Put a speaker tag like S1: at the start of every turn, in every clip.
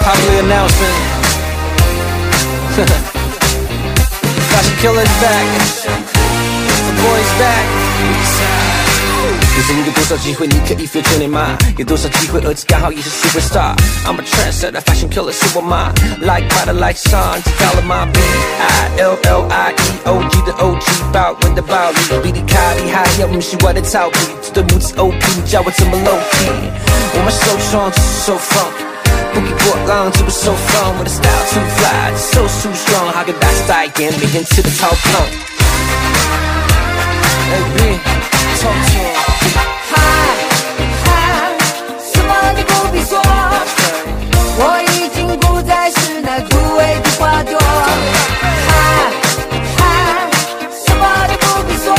S1: public announcement. Fashion killer's back. The boy's back. 人生有多少机会你可以 feel 着你吗？有多少机会儿子刚好也是 superstar。I'm a trendsetter, fashion killer 是我妈。Like butter, like sun，知道了吗？B I L L I E O G 的 O G，豹纹的暴力，比你卡厉害，要不是我的草皮，这对母子 O P，你叫我怎么 low key？我们受创就是受放。不给波浪，这不受放。我的 style too fly，so too strong，好个大时代眼，每天吃的超胖。哎，B，超甜。
S2: 嗨嗨，什么你不必说，我已经不再是那枯萎的花朵。嗨嗨，什么你不必说，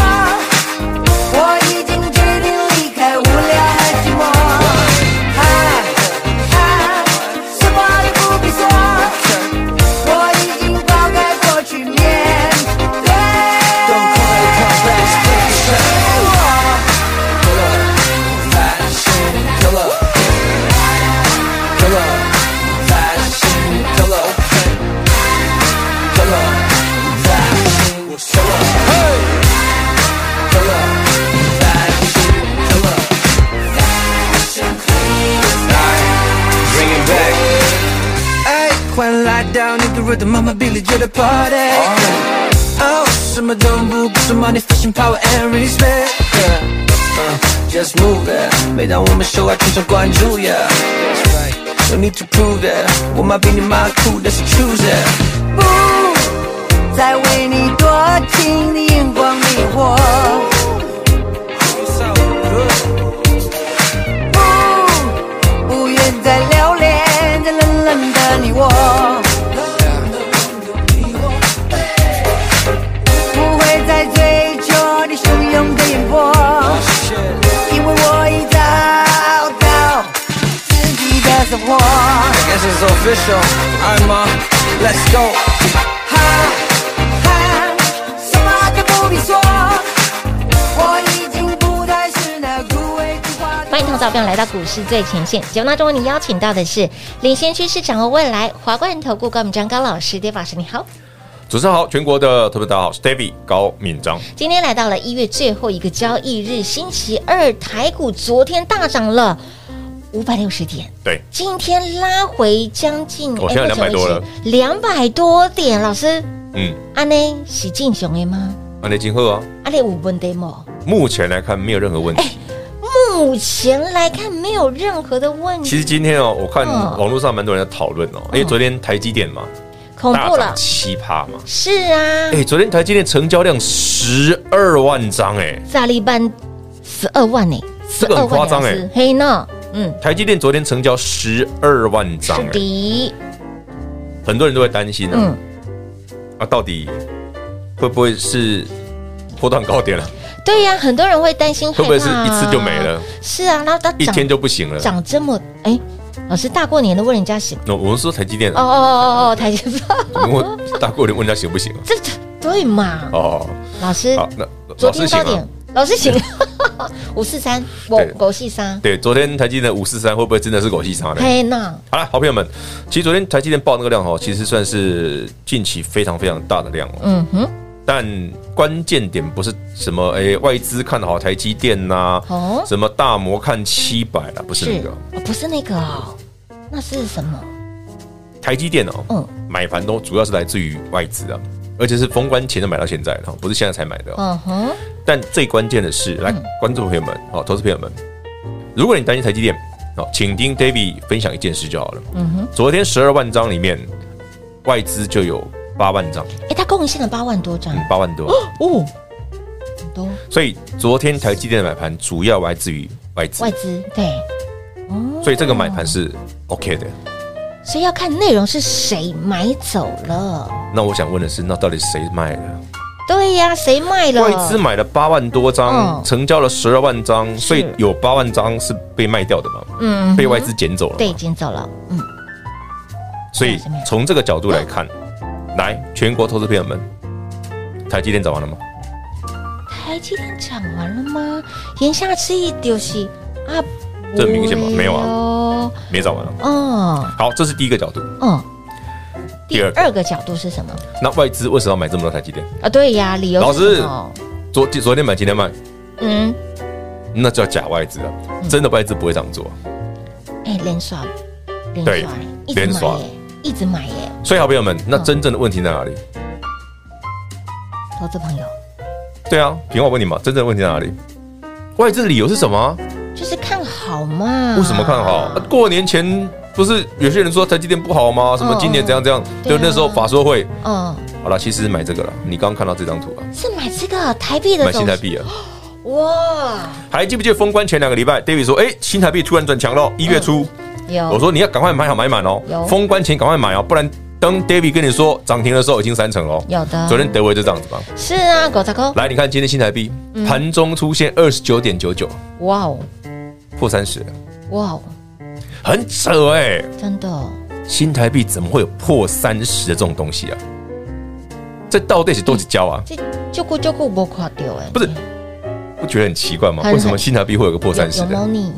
S2: 我已经决定离开无聊和寂寞。嗨嗨，什么你不必说，我已经抛开过去面对。
S1: Don't call it complex, take a shot. Killer, fashion killer. Killer, fashion killer. Killer, fashion killer. Hey! Killer, fashion killer. Alright, bring it back. Ay, 快来到你的 rhythm，妈妈比你觉得 party。哦，Oh, 什么都不顾，什么你 fashion power and respect。Uh, Just move it，每当我们秀爱，全场关注 yeah。No need to prove it，我妈比你妈酷，但是 choose it。
S2: 不再为你多情的眼光迷惑，不不愿再留恋这冷冷的你我，不会再追求你汹涌的眼波，因为我已找到自己的生活。
S1: I guess it's official. I'm uh, let's go.
S2: 嗨嗨，什么都不必说，我已经不再是那枯萎的花朵。
S3: 欢迎投资者朋友来到股市最前线节目当中，你邀请到的是领先趋势、掌握未来华冠投顾高敏章高老师，David 老师你好。
S4: 主持人好，全国的特别大家好，我是 David 高敏章。
S3: 今天来到了一月最后一个交易日，星期二，台股昨天大涨了五百六十点，
S4: 对，
S3: 今天拉回将近，哎
S4: 哦现在200多了，
S3: 两百多点。老师，
S4: 嗯，
S3: 安呢是进雄的吗？
S4: 安内金鹤啊，
S3: 安呢有问题吗？
S4: 目前来看没有任何问题。
S3: 哎目前来看没有任何的问
S4: 其
S3: 题，
S4: 实今天哦，我看
S3: 嗯
S4: 网络上蛮多人在讨论哦，因为昨天台积电嘛，
S3: 恐
S4: 大
S3: 怖了
S4: 涨，七趴嘛，
S3: 是啊，
S4: 哎，昨天台积电成交量十二万张，哎，
S3: 萨利班十二万呢、十
S4: 这个
S3: 二
S4: 很夸
S3: 万
S4: 张
S3: 两
S4: 哎
S3: 只嘿呢，嗯，
S4: 台积电昨天成交十二万张，
S3: 是
S4: 哎，
S3: 的，
S4: 很多人都在担心啊
S3: 嗯，，
S4: 啊，到底会不会是波段高点了？
S3: 对呀、很多人会担心害怕、
S4: 会不会是一次就没了？
S3: 是啊，然后它
S4: 一
S3: 涨
S4: 天就不行了？
S3: 啊涨这么，哎，老师大过年的问人家行，
S4: 那我们说台积电
S3: 哦
S4: 啊，
S3: 哦哦哦哦，台阶上，
S4: 我大过年问他行不行啊？
S3: 这这对嘛？
S4: 哦，
S3: 老师，
S4: 好，那
S3: 昨
S4: 老
S3: 天
S4: 师
S3: 高
S4: 行
S3: 点
S4: 啊。，
S3: 老师行， 五四三，我
S4: 对
S3: 狗戏杀，
S4: 对，昨天台积电五四三会不会真的是狗屁差呢？
S3: 嘿那
S4: 好了，好朋友们，其实昨天台积电报那个量哦，其实算是近期非常非常大的量哦。
S3: 嗯哼，
S4: 但关键点不是什么诶、外资看好台积电呐、
S3: 哦
S4: 什么大摩看七百啊啦，不是那个
S3: 哦不是那个哦，那是什么？
S4: 台积电哦，
S3: 嗯
S4: 买盘都主要是来自于外资啊，而且是封关前就买到现在的哦，不是现在才买的哦。
S3: 嗯哼，
S4: 但最关键的是，来，观众朋友们，好、投资朋友们，如果你担心台积电，好、请听 David 分享一件事就好了。嗯哼，昨天十二万张里面，外资就有八万张，
S3: 哎，它贡献了八万多张
S4: 嗯，八万多，
S3: 哦，很多
S4: 所以昨天台积电的买盘主要来自于外资
S3: 外，资对，
S4: 所以这个买盘是 OK 的。
S3: 所以要看内容是谁买走了。
S4: 那我想问的是，那到底谁卖了？
S3: 对呀、谁卖了？
S4: 外资买了八万多张，
S3: 嗯
S4: 成交了十二万张，所以有八万张是被卖掉的嘛？
S3: 嗯
S4: 被外资捡走了嘛。
S3: 对，已经走了。嗯，
S4: 所以从这个角度来看，来全国投资朋友们，台积电涨完了吗？
S3: 台积电涨完了吗？言下之意就是啊，
S4: 这很明显嘛没有
S3: 啊。
S4: 没涨完了。
S3: 哦，
S4: 好，这是第一个角度。
S3: 嗯。
S4: 第
S3: 第
S4: 二个
S3: 二个角度是什么？
S4: 那外资为什么要买这么多台积电？
S3: 啊，对呀，理由是
S4: 老师
S3: 什么
S4: 昨昨天买，今天卖，
S3: 嗯，
S4: 那叫假外资啊！真的外资不会这样做。啊
S3: 哎，连刷，连
S4: 对
S3: 刷，一直
S4: 连
S3: 买
S4: 刷
S3: 耶，一直买耶，
S4: 所以，好朋友们，
S3: 嗯
S4: 那真正的问题在哪里？
S3: 投资朋友
S4: 对啊，平话我问你嘛，真正的问题在哪里？外资的理由是什么啊？
S3: 就是看好嘛。
S4: 为什么看好？
S3: 嗯
S4: 啊过年前不是有些人说台积电不好吗？什么今年怎样怎样？
S3: 嗯对
S4: 就
S3: 啊
S4: 那时候法说会，
S3: 嗯，
S4: 好了，其实买这个了。你刚刚看到这张图啊，
S3: 是买这个台币的
S4: 买
S3: 总
S4: 新台币啊。
S3: 哇，
S4: 还记不记得封关前两个礼拜，David 说，哎，新台币突然转强了，一月初，
S3: 有
S4: 我说你要赶快买好买满哦
S3: 嗯哦有，
S4: 封关前赶快买哦，不然当 David 跟你说涨停的时候已经三成了哦。
S3: 有的，
S4: 昨天德维就这样子嘛。
S3: 是啊，狗杂狗，
S4: 来，你看今天新台币
S3: 嗯
S4: 盘中出现二十九点九九，
S3: 哇哦
S4: 破三十，
S3: 哇哦，
S4: 很扯哎、
S3: 真的
S4: 新台币怎么会有破三十的这种东西啊？这到底是多几交啊？
S3: 这就顾就顾不垮掉哎，
S4: 不是不觉得很奇怪吗？
S3: 很
S4: 为什么新台币会有个破三
S3: 有
S4: 十
S3: 有猫
S4: 的？
S3: 腻，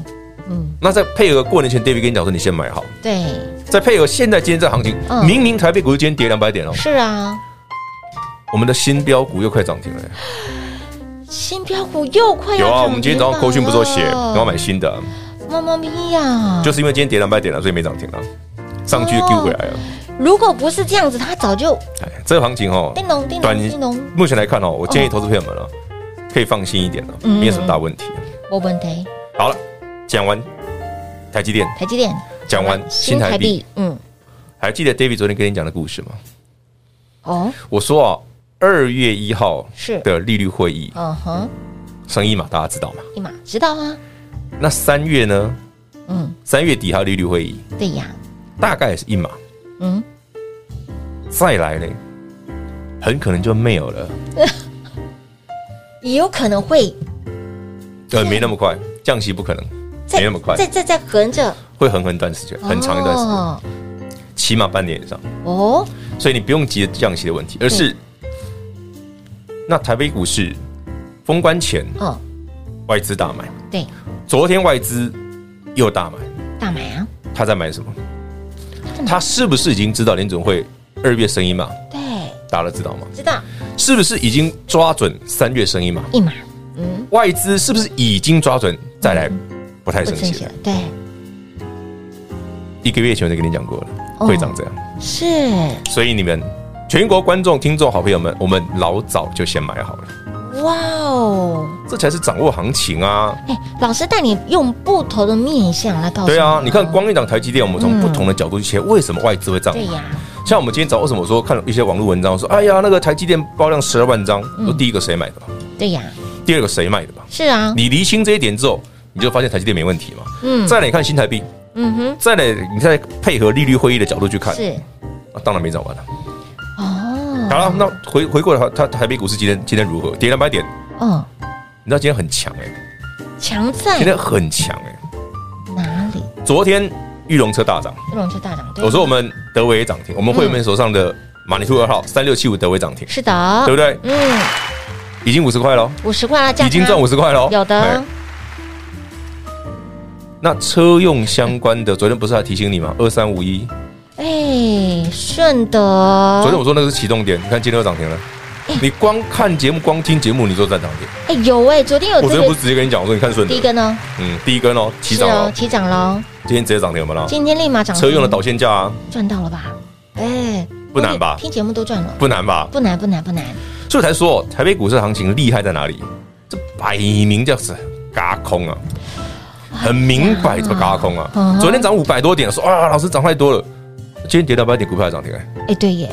S3: 嗯，
S4: 那再配合过年前 David 跟你讲说你先买好，
S3: 对，
S4: 再配合现在今天这行情，
S3: 嗯
S4: 明明台币股市今天跌两百点哦，
S3: 是啊，
S4: 我们的新标股又快涨停了耶。
S3: 新标股又快要
S4: 有啊，
S3: 涨
S4: 我们今天早上
S3: 停
S4: 扣讯不是有写
S3: 板了
S4: 然后买新的啊，
S3: 妈妈咪呀，
S4: 就是因为今天跌两百点了，所以没涨停了，上去就丢回来
S3: 哦
S4: 了。
S3: 如果不是这样子，他早就
S4: 哎，这个行情哦，
S3: 叮咚叮
S4: 短
S3: 咚叮咚，
S4: 目前来看哦，我建议投资朋友们哦，可以放心一点了，
S3: 嗯
S4: 没有什么大问题。
S3: 没问题，
S4: 好了，讲完台积电，
S3: 台积电
S4: 讲完新台币，，
S3: 嗯，
S4: 还记得 David 昨天跟你讲的故事吗？
S3: 哦，
S4: 我说啊，二月一号
S3: 是
S4: 的利率会议，
S3: 嗯哼，
S4: 升一嘛，大家知道嘛？
S3: 立马知道啊，
S4: 那三月呢？
S3: 嗯，
S4: 三月底还有利率会议，
S3: 对呀，
S4: 大概也是一码，
S3: 嗯，
S4: 再来呢，很可能就没有了，
S3: 也有可能会
S4: 呃，没那么快，降息不可能，
S3: 再
S4: 没那么快，
S3: 再再再横着
S4: 会很很短时间，很长一段时间，
S3: 哦
S4: 起码半年以上。
S3: 哦，
S4: 所以你不用急着降息的问题，而是那台北股市封关前
S3: 哦，
S4: 外资大买，
S3: 对，
S4: 昨天外资又大买，
S3: 大买啊，
S4: 他在买什么？他是不是已经知道联总会二月升一码？
S3: 对，
S4: 大家都知道吗？
S3: 知道
S4: 是不是已经抓准三月升一码？
S3: 一码，嗯，
S4: 外资是不是已经抓准再来不太
S3: 不
S4: 升
S3: 正
S4: 息
S3: 确
S4: 了？，
S3: 对，
S4: 一个月前我就跟你讲过了，
S3: 哦
S4: 会长这样。
S3: 是
S4: 所以你们全国观众、听众、好朋友们，我们老早就先买好了，
S3: 哇哦，
S4: 这才是掌握行情啊！
S3: 哎，老师带你用不同的面相来告诉
S4: 对啊，
S3: 们
S4: 你看光一档台积电，我们从
S3: 嗯
S4: 不同的角度去切，为什么外资会这
S3: 对
S4: 样？
S3: 呀，
S4: 像我们今天早上为什么说看了一些网络文章说，哎呀，那个台积电爆量十二万张，
S3: 嗯
S4: 说第一个谁买的吧，
S3: 对呀，
S4: 第二个谁卖的吧？
S3: 是啊，
S4: 你厘清这一点之后，你就发现台积电没问题嘛。
S3: 嗯
S4: 再来你看新台币，
S3: 嗯哼，
S4: 再来你再配合利率会议的角度去看，
S3: 是
S4: 啊当然没涨完了。
S3: 哦，
S4: 好了，那回回过来，它台北股市今天今天如何？跌两百点，
S3: 哦，
S4: 你知道今天很强哎，
S3: 强在
S4: 今天很强哎。
S3: 哪里？
S4: 昨天玉龙车大涨，
S3: 这种就大涨，对
S4: 我说我们德维也涨停，我们会员手上的马尼兔二号三六七五德维涨停。
S3: 是的，
S4: 对不对？
S3: 嗯，
S4: 已经五十块了哦，
S3: 五十块了，价差
S4: 已经赚五十块了哦。
S3: 有的
S4: 哎。那车用相关的，昨天不是还提醒你吗？二三五一，
S3: 哎，顺德，
S4: 昨天我说那个是启动点，你看今天又涨停了。你光看节目，光听节目，你就在涨停。
S3: 哎有哎，昨天有
S4: 我昨
S3: 这
S4: 天不
S3: 个
S4: 是直接跟你讲，我说你看顺德
S3: 第一，根呢，
S4: 嗯，第一根哦，起
S3: 是
S4: 涨
S3: 哦
S4: 了，，
S3: 起涨了，
S4: 今天直接涨停有没有啦？
S3: 今天立马涨停，
S4: 车用的导线价啊，
S3: 赚到了吧？哎，
S4: 不难吧
S3: 我听节目都赚了，
S4: 不难吧？
S3: 不难不难不难，
S4: 所以才说台北股市行情厉害在哪里？这摆明就是嘎空啊，很明摆着嘎空
S3: 哎嗯
S4: 啊
S3: 哼。
S4: 昨天涨五百多点，说啊，老师涨太多了。今天跌两百点，股票还涨停哎、
S3: 哎对耶，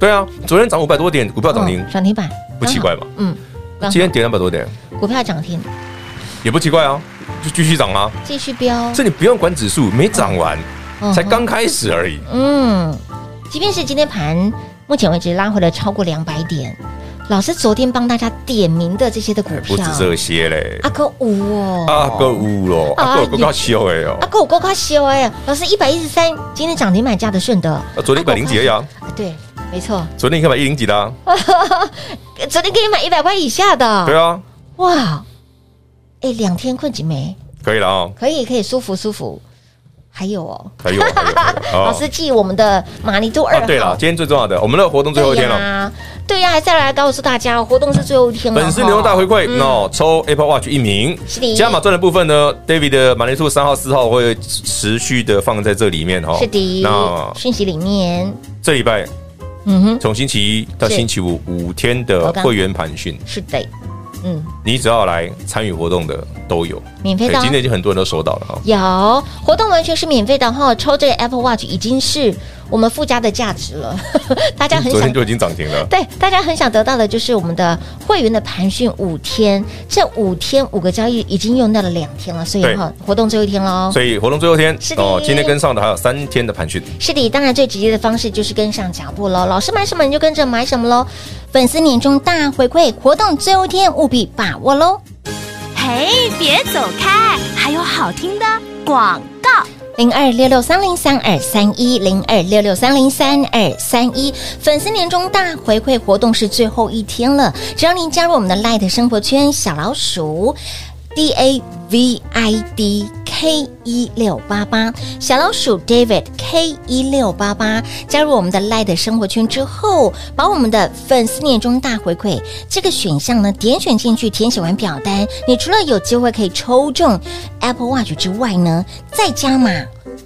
S4: 对啊，昨天涨五百多点，股票涨停
S3: 嗯涨停板
S4: 不奇，怪嘛？
S3: 刚好嗯，刚好
S4: 今天跌两百多点
S3: 股票涨停
S4: 也不奇怪啊，就继续涨啊。
S3: 继续飙，
S4: 所以你不用管指数，没涨完，才刚开始而已。
S3: 嗯，即便是今天盘目前为止拉回了超过两百点，老师昨天帮大家点名的这些的股
S4: 哎不
S3: 票
S4: 止，这些嘞，
S3: 啊阿哥五哦，
S4: 啊个五咯，
S3: 啊
S4: 啊个够修哎哦
S3: 阿，哥五高快修哎，老师一百一十三，今天涨停买价的顺德，
S4: 啊昨天一百零几而已啊，
S3: 啊对，没错，
S4: 昨天一百一零几的啊，
S3: 昨天可以买一百块以下的，
S4: 对啊，
S3: 哇，哎，两天困几枚，
S4: 可以了啊，
S3: 可以可以舒服舒服，还有哦，
S4: 还有还有 还有
S3: 老
S4: 啊
S3: 师记我们的马尼都二
S4: 啊，对
S3: 号
S4: 了，，今天最重要的，我们的活动最后一天
S3: 对
S4: 了。
S3: 呀，对呀，再来告诉大家，活动是最后一天了，
S4: 粉丝牛肉大回馈，
S3: 嗯
S4: 那、抽 Apple Watch 一名
S3: 是的，
S4: 加码赚的部分呢，David 的马尼兔三号、四号会持续的放在这里面哈、哦。
S3: 是的，
S4: 那
S3: 讯息里面，
S4: 这礼拜
S3: 嗯哼，
S4: 从星期一到
S3: 是
S4: 星期五五天
S3: 我
S4: 的
S3: 刚
S4: 会员盘讯，
S3: 是的，嗯，
S4: 你只要来参与活动的都有，哎
S3: 免费的哦
S4: 今天已经很多人都收到了哈、哦。
S3: 有活动完全是免费的哈，抽这个 Apple Watch 已经是我们附加的价值了， 大家很
S4: 昨
S3: 想
S4: 天就已经涨停了，
S3: 对，大家很想得到的就是我们的会员的盘讯五天，这五天五个交易已经用到了两天了，所以
S4: 对
S3: 哈活动最后一天喽。
S4: 所以活动最后一天哦
S3: 是的
S4: 今天跟上的还有三天的盘讯，
S3: 是的，当然最直接的方式就是跟上脚步喽。老师买什么你就跟着买什么喽。粉丝年终大回馈活动最后一天，务必把握喽。
S5: 嘿，别走开，还有好听的广告。
S3: 零二六六三零三二三一零二六六三零三二三一粉丝年终大回馈活动是最后一天了，只要您加入我们的 Light 生活圈小老鼠 D A V I D K 一六八八小老鼠 David K 一六八八加入我们的 Light E 生活圈之后，把我们的粉丝年终大回馈这个选项呢点选进去，填写完表单，你除了有机会可以抽中 Apple Watch 之外呢，再加码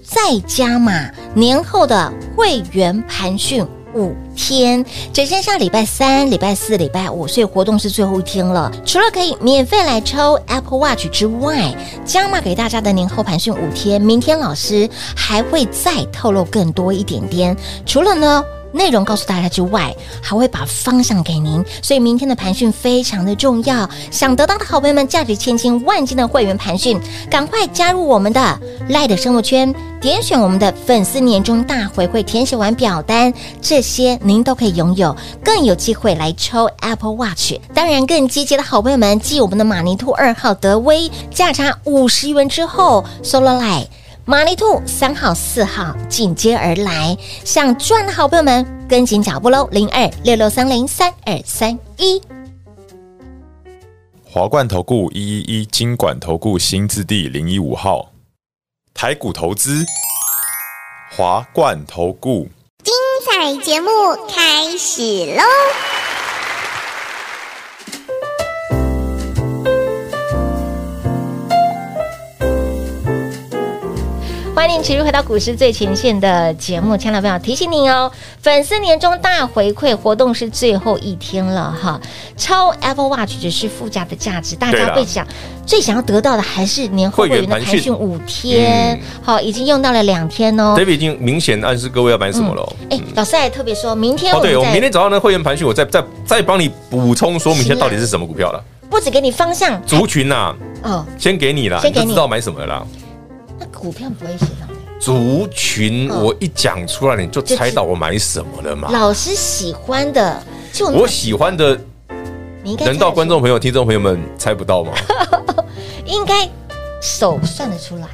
S3: 再加码年后的会员盘讯。五天，只剩下礼拜三、礼拜四、礼拜五，所以活动是最后一天了。除了可以免费来抽 Apple Watch 之外，加码给大家的年后盘讯五天，明天老师还会再透露更多一点点。除了呢内容告诉大家之外，还会把方向给您。所以明天的盘讯非常的重要，想得到的好朋友们，价值千金万金的会员盘讯，赶快加入我们的赖的生活圈，点选我们的粉丝年终大回馈，填写完表单，这些您都可以拥有，更有机会来抽 Apple Watch。当然，更积极的好朋友们，继我们的马尼兔二号德威价差五十元之后，Solo Line。马尼兔三号、四号紧接而来，想赚的好朋友们跟紧脚步喽！零二六六三零三二三一。
S6: 华冠投顾一一一金管投顾新字第零一五号，台股投资，华冠投顾。
S7: 彩节目开始喽！
S3: 欢迎持续回到股市最前线的节目，千万不要提醒您哦，粉丝年终大回馈活动是最后一天了哈，超 Apple Watch 只是附加的价值，大
S4: 对
S3: 家
S4: 啦
S3: 会想最想要得到的还是年后会
S4: 会员
S3: 员的
S4: 盘
S3: 盘
S4: 讯嗯
S3: 讯五天，好，已经用到了两天哦。
S4: David 已经明显暗示各位要买什么了。嗯
S3: 哎，老师还特别说明天
S4: 哦，
S3: 我
S4: 对，我们
S3: 们
S4: 明
S3: 再
S4: 天早上的会员盘讯，我再再再帮你补充说明一下
S3: 啊
S4: 到底是什么股票了。
S3: 不止给你方向
S4: 族群呐、
S3: 哦，
S4: 先给你啦，
S3: 先
S4: 你
S3: 给你
S4: 就知道买什么了啦。
S3: 那股票不会写上面。
S4: 族群
S3: 嗯
S4: 我一讲出来，你就
S3: 就知
S4: 猜到我买什么了嘛。
S3: 老啊师喜欢的就那
S4: 啊我喜欢的，
S3: 你应该
S4: 难
S3: 猜得
S4: 道
S3: 出
S4: 观众朋友、听众朋友们猜不到吗？
S3: 应该手算得出来？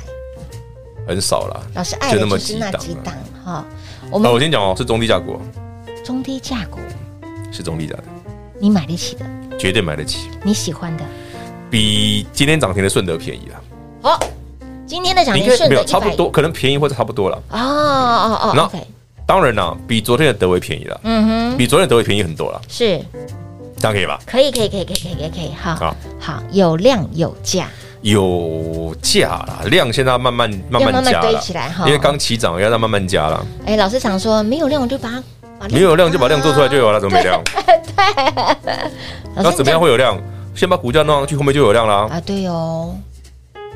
S4: 很少啦。
S3: 老师爱的
S4: 就那么
S3: 就是那几
S4: 几档
S3: 档
S4: 啊
S3: 哈。我
S4: 那我
S3: 们
S4: 先讲哦，是中低价股哦，
S3: 中低价股，
S4: 是中低价的，
S3: 你买得起的，
S4: 绝对买得起，
S3: 你喜欢的。
S4: 比今天涨停的顺德便宜啦。
S3: 好，今天的涨
S4: 你应
S3: 停
S4: 该
S3: 顺
S4: 没
S3: 的
S4: 有差不多，可能便宜或者差不多了。
S3: 哦哦哦
S4: 那
S3: ，OK，
S4: 当然啦，比昨天的德维便宜啦，
S3: 嗯哼，
S4: 比昨天的德维便宜很多啦，
S3: 是
S4: 这样可以吧？
S3: 可以可以可以可以可以可以可以，好
S4: 好
S3: 好有量有价，
S4: 有价啦，量现在要慢慢慢
S3: 要慢
S4: 慢
S3: 慢
S4: 加
S3: 堆
S4: 啦
S3: 起来哈
S4: 因为刚起涨，要让它慢慢加啦。
S3: 哎，老师常说没有量我就把它
S4: 没有量就把量做出来就有了，怎么没 量？
S3: 哦
S4: 那
S3: 那
S4: 怎么样会有量？先把股价弄上去，后面就有量啦。
S3: 啊？对哦，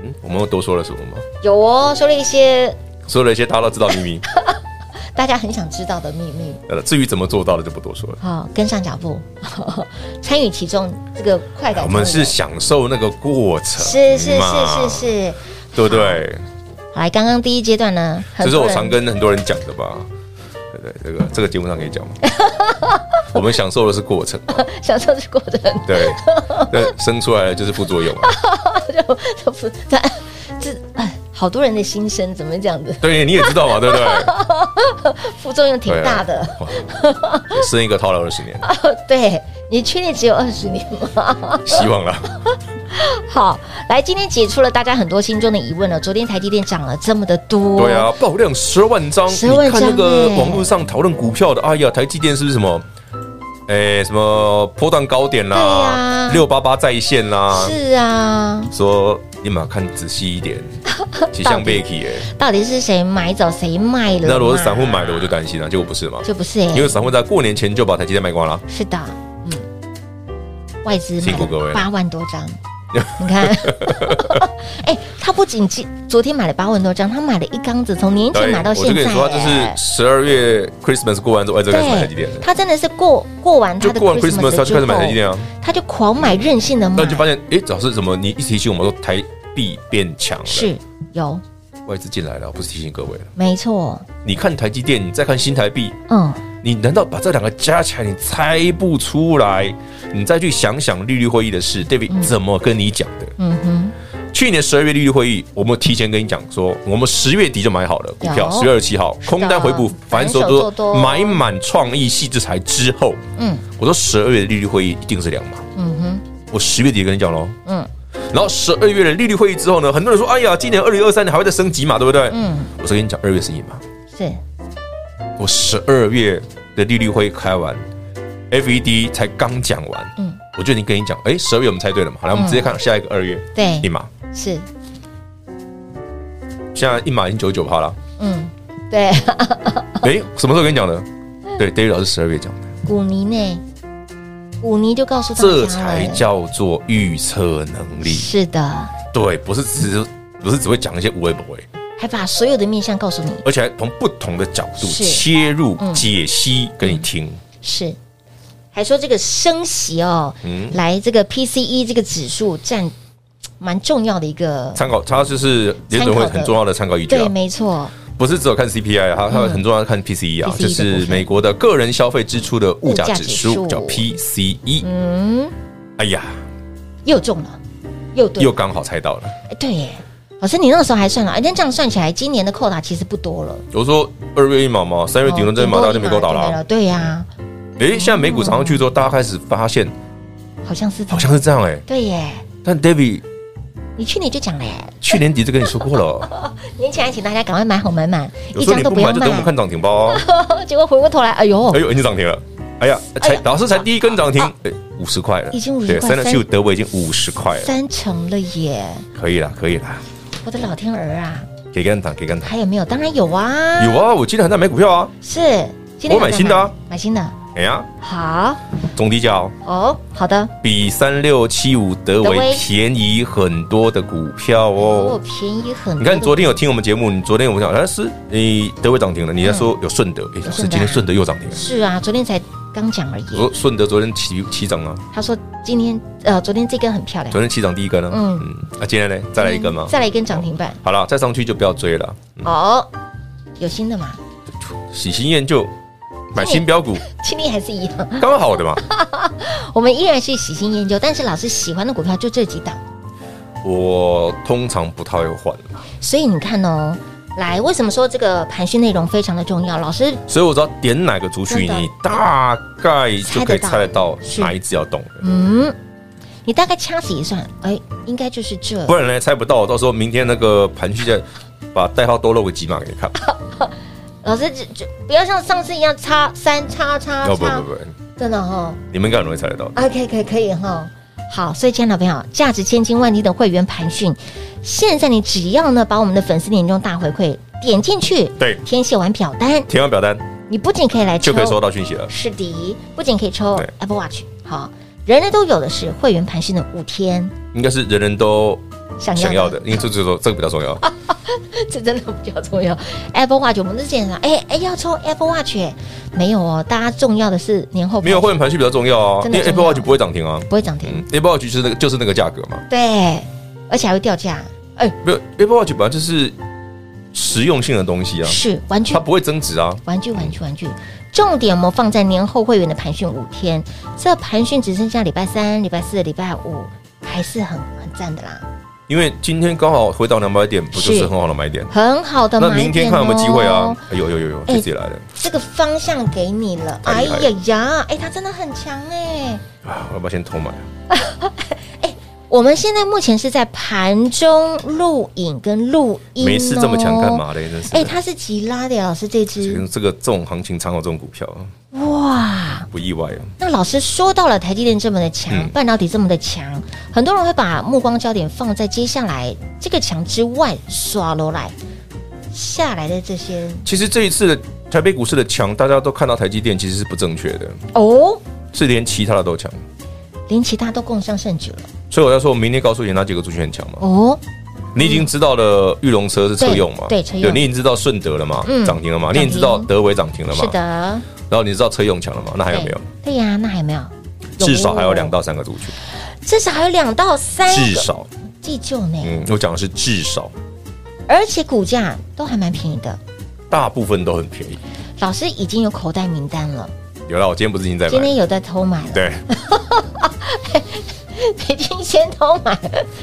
S4: 嗯，我们又多说了什么吗？
S3: 有哦，说了一些
S4: 说了一些大家都知道秘密，
S3: 大家很想知道的秘密。
S4: 呃，至于怎么做到的就不多说了。
S3: 好，跟上脚步， 参与其中这个快感中的。
S4: 我们是享受那个过程，
S3: 是是是
S4: 嘛
S3: 是，是，
S4: 对不对？
S3: 好来，刚刚第一阶段呢，很
S4: 这是
S3: 多
S4: 我
S3: 人
S4: 常跟很多人讲的吧？对不对，这个这个节目上可以 讲吗？我们享受的是过程，
S3: 享受这过程，
S4: 对，那生出来的就是副作用。啊
S3: 就就不他这哎，好多人的心声怎么讲的，
S4: 对，你也知道嘛，对不对？
S3: 副作用挺
S4: 对啊
S3: 大的。，
S4: 哇生一个套了二十年，
S3: 对你确定只有二十年吗？
S4: 希望啦。
S3: 好，来，今天解除了大家很多心中的疑问了。昨天台积电涨了这么的多，
S4: 对，啊，爆量十万张，
S3: 12万
S4: 你看那个
S3: 张欸
S4: 网络上讨论股票的，哎呀，台积电是不是什么？哎，什么波段高点
S3: 对
S4: 啦
S3: 啊，
S4: 六八八在线啦，
S3: 是啊，
S4: 说你马看仔细一点，吉祥贝奇哎，
S3: 到底是谁买走谁卖了嘛？
S4: 那如果是散户买的，我就担心了，结果不是嘛？
S3: 就不是哎、
S4: 因为散户在过年前就把台积电卖光了，
S3: 是的，嗯，外资买
S4: 辛苦各
S3: 了
S4: 位
S3: 八万多 张，你看， 哎、他不仅今昨天买了八万多张，他买了一缸子，从年前买到
S4: 我就
S3: 现
S4: 跟
S3: 在、
S4: 你说，他就是十二月 Christmas 过完之后，哎，这开始买台积电
S3: 对，，他真的是过过完他
S4: 就
S3: 的
S4: 过完 Christmas 他就开始买台积
S3: 之
S4: 电
S3: 后，
S4: 啊。
S3: 他就嗯狂买任性的买
S4: 那你就，发现，哎，老师怎么你一提醒我们说台币变强了，
S3: 是有
S4: 外资进来了，不是提醒各位了。
S3: 没错，
S4: 你看台积电，你再看新台币，
S3: 嗯，
S4: 你难道把这两个加起来你猜不出来？你再去想想利率会议的事，David 怎么跟你讲的？嗯哼，去年十二月利率会议，我们提前跟你讲说，我们十月底就买好了股票，
S3: 有
S4: 十月二十七号空单回补，
S3: 反
S4: 反
S3: 手
S4: 手
S3: 做多
S4: 多买满创意细制裁之后，
S3: 嗯
S4: 嗯，我说十二月的利率会议一定是两码，嗯哼，我十月底跟你讲喽，
S3: 嗯
S4: 嗯。然后十二月的利率会议之后呢，很多人说：“哎呀，今年二零二三年还会再升级嘛，对不对？”嗯，我是跟你讲，二月是一码，
S3: 是
S4: 我十二月的利率会开完，FED 才刚讲完，
S3: 嗯
S4: 嗯，我就已经跟你讲，哎，十二月我们猜对了嘛，好来，我们直接看下一个二月，
S3: 对
S4: 一码，
S3: 是，
S4: 现在一码已经九十九 趴了，
S3: 嗯，对，
S4: 哎，什么时候跟你讲的？对，David
S3: 嗯
S4: 老师十二月讲的，
S3: 古尼呢？古尼就告诉大家了
S4: 这才叫做预测能力，
S3: 是的，
S4: 对，不是只不是只会讲一些无为不为，
S3: 还把所有的面相告诉你，
S4: 而且还从不同的角度
S3: 是嗯
S4: 切入解析给你听，
S3: 是，还说这个升息哦，
S4: 嗯
S3: 来这个 PCE 这个指数占嘖蛮重要的一个，
S4: 参考它就是联准会很重要的参考依据啊
S3: 对，。没错，
S4: 不是只有看 CPI 啊，它
S3: 嗯
S4: 它很重要看 PCE 啊，
S3: PCE
S4: 就是美国的个人消费支出的物价指
S3: 物
S4: 数，
S3: 价
S4: 叫
S3: 指
S4: PCE。
S3: 哦嗯，
S4: 哎呀，
S3: 又中了，又对，
S4: 又刚好猜到了。
S3: 哎对耶。老师，你那个时候还算了，哎，那这样算起来，今年的扣打其实不多了，
S4: 我说二月一毛嘛，三月底轮这一毛
S3: 哦
S4: 大家就没够打
S3: 顶多
S4: 了
S3: 一码
S4: 啊。
S3: 了，对嗯呀，
S4: 诶，现在美股涨上去之后，大家开始发现
S3: 好像是这样，
S4: 好像是这样哎、
S3: 对耶，
S4: 但 David
S3: 你去年就讲了耶，
S4: 去年底就跟你说过 了，
S3: 年前还请大家赶快买好买满，
S4: 我
S3: 一
S4: 说
S3: 张
S4: 你
S3: 都
S4: 不
S3: 不要
S4: 买就
S3: 卖
S4: 等我，们看涨停吧哦。
S3: 结果回过头来，哎呦
S4: 哎，呦，已经涨停了。哎呀，
S3: 啊哎
S4: 才
S3: 呀啊
S4: 老师才第一根涨停，哎，五十块了，
S3: 已经50
S4: 对，
S3: 块
S4: 三六七
S3: 三
S4: 五德伟已经五十块了，
S3: 三成了耶！
S4: 可以啦，可以啦，
S3: 我的老天儿啊，
S4: 给跟涨，给跟涨。
S3: 还有没有？当然有啊，
S4: 有啊，我今天还在买股票啊。
S3: 是今天
S4: 我买新的啊
S3: 有在买，买新的。
S4: 哎呀，
S3: 好
S4: 中低价哦，
S3: 哦，好的，
S4: 比三六七五德
S3: 德
S4: 为
S3: 维
S4: 便宜很多的股票
S3: 哦，
S4: 哦。
S3: 便宜很多。
S4: 你看，昨天有听我们节目，你昨天我讲，哎，是你德维涨停了，你在说有顺德，哎，老师
S3: 嗯顺德啊
S4: 今天顺德又涨停了。
S3: 是啊，昨天才刚讲而
S4: 我
S3: 已。
S4: 说顺德昨天起起涨啊，
S3: 他说今天呃，昨天这根很漂亮
S4: 昨，天起涨第一根啊，
S3: 嗯
S4: 嗯，那今天呢，再来一根吗？
S3: 再来一根涨停板。
S4: 好了，再上去就不要追了，
S3: 哦，
S4: 嗯
S3: 有新的吗？
S4: 喜新厌旧，买新 标股，
S3: 今天还是一样，
S4: 刚好的嘛。
S3: 我们依然是喜新厌旧，但是老师喜欢的股票就这几档。
S4: 我通常不太会换，
S3: 所以你看哦，来，为什么说这个盘讯内容非常的重要？老师
S4: 所以我只要点哪个族群，
S3: 真的
S4: 你大概就可以
S3: 猜
S4: 猜
S3: 得
S4: 得到
S3: 是
S4: 哪一只要动了。
S3: 嗯，你大概掐指一算，哎，应该就是这
S4: 不。然呢猜不到，到时候明天那个盘序再把代号多露个几码给你看。
S3: 老师，就就不要像上次一样叉三叉叉
S4: 哦要不
S3: 叉
S4: 不，不，
S3: 真的哦。
S4: 你们应该很容易猜得到。
S3: OK，可以可以哈。好，所以亲爱的朋友，价值千金万金的会员盘讯，现在你只要呢把我们的粉丝年终大回馈点进去，
S4: 对
S3: 填写完表单，
S4: 填完表单
S3: 你不仅可以来抽，
S4: 就可以收到讯息了。
S3: 是的，不仅可以抽
S4: 对
S3: Apple Watch，好，人人都有的是会员盘讯的五天
S4: 应该是人人都
S3: 想要
S4: 想要的，因为这这这个比较 重要。
S3: 这真的比较重要。Apple Watch，我们之前说，哎哎要抽 Apple Watch，哎没有哦，大家重要的是年后
S4: 没有会员盘序比较重要啊，
S3: 真的
S4: 因为
S3: 重要
S4: Apple Watch 不会涨停啊。
S3: 不会涨停，
S4: 嗯，Apple Watch 就是那个就是那个价格嘛。
S3: 对，而且还会掉价。哎，
S4: 没有 Apple Watch 本来就是实用性的东西啊，
S3: 是玩具
S4: 它，不会增值啊。
S3: 玩具，玩具，玩具。重点我们放在年后会员的盘训五天，这盘训只剩下礼拜三、礼拜四、礼拜五，还是很很赞的啦，
S4: 因为今天刚好回到两百点，不就是
S3: 是
S4: 很好的买点？
S3: 很好的买
S4: 那
S3: 点哦。
S4: 明天看有没有机会啊？哎有有有有，
S3: 哎
S4: 就自己来了。
S3: 这个方向给你了，
S4: 太
S3: 哎
S4: 厉害了
S3: 呀呀，哎，它真的很强哎。
S4: 啊，我要不要先偷买啊？
S3: 我们现在目前是在盘中录影跟录音、哦，
S4: 没事这么强干？嘛嘞？真是的。
S3: 哎，它是吉拉的老师这只，
S4: 这个这种行情常有这种股票啊，
S3: 哇！
S4: 不意外啊。
S3: 那老师说到了台积电这么的强，
S4: 嗯
S3: 半导体这么的强，很多人会把目光焦点放在接下来这个强之外刷楼来下来的这些
S4: 其实这一次的台北股市的强，大家都看到台积电其实是不正确的，
S3: 哦，
S4: 是连其他的都强。
S3: 连其他都共襄盛举了
S4: 所以我要说，我明天告诉你哪几个族群很强嘛？
S3: 哦，
S4: 你已经知道了玉龙车是车用嘛？
S3: 对对车用
S4: 你已经知道顺德了嘛？
S3: 嗯
S4: 涨停了嘛？
S3: 涨
S4: 你
S3: 停
S4: 已经知道德维涨停了嘛？
S3: 是。的，
S4: 然后你知道车用强了嘛？那还有没有？
S3: 对？对呀、那还有没有？哦
S4: 至少还有两
S3: 到，
S4: 到三个族群，
S3: 至少还有两到三个
S4: 至少，
S3: 记旧呢。
S4: 嗯，我讲的是至少，
S3: 而且股价都还蛮便宜的。
S4: 大部分都很便宜。
S3: 老师已经有口袋名单了，
S4: 有啦，我今天不是已经在
S3: 今
S4: 买
S3: 天？啊有在偷买了，
S4: 对，
S3: 北京先偷买，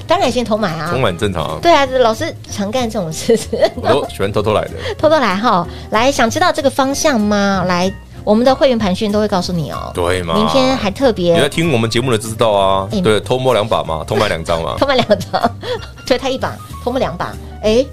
S3: 当然先偷买啊
S4: 充。满正常啊，
S3: 对啊，老师常干这种事，
S4: 我都喜欢偷偷来的。
S3: 偷偷来哈。来，想知道这个方向吗？来，我们的会员盘讯都会告诉你哦。
S4: 对嘛
S3: 明天还特
S4: 你在
S3: 别
S4: 听我们节目的知道啊，
S3: 哎
S4: 对，偷摸两把嘛，偷买两张嘛
S3: 偷，买两张， 推他一把，偷摸两把。哎，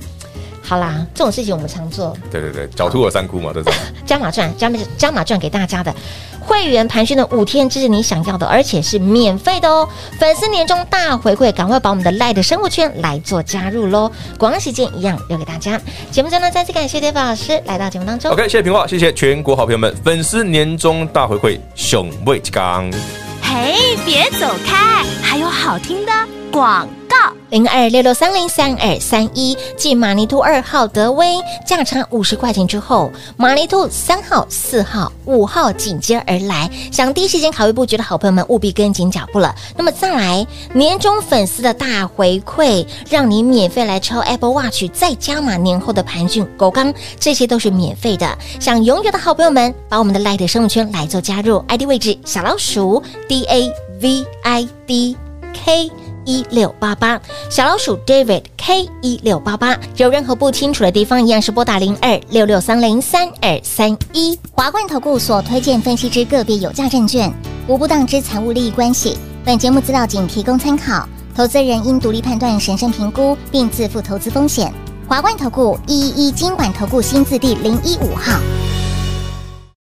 S3: 好啦，这种事情我们常做，
S4: 对对对，狡兔有三窟嘛，对不对？
S3: 加码赚，加码加码赚给大家的会员盘讯的五天，这是你想要的，而且是免费的哦。粉丝年终大回馈，赶快把我们的赖的生活圈来做加入喽！广告时间一样留给大家。节目中呢，再次感谢 d a 老师来到节目当中。
S4: OK，谢谢平话，谢谢全国好朋友们，粉丝年终大回馈，熊未刚。
S5: 嘿，别走开，还有好听的广告。
S3: 零二六六三零三二三一，继马尼兔二号德威价差五十块钱之后，马尼兔三号、四号、五号紧接而来。想第一时间卡位布局的好朋友们，务必跟紧脚步了。那么再来，年终粉丝的大回馈，让你免费来抽 Apple Watch，再加码年后的盘讯、狗刚，这些都是免费的。想拥有的好朋友们，把我们的 Light 生物圈来做加入，ID 位置小老鼠 D A V I D。K 一六八八，小老鼠 David K 一六八八。有任何不清楚的地方，一样是拨打零二六六三零三二三一。
S7: 华冠投顾所推荐分析之个别有价证券，无不当之财务利益关系。本节目资料仅提供参考，投资人应独立判断、审慎评估，并自负投资风险。华冠投顾一一一金管投顾新字第零一五号。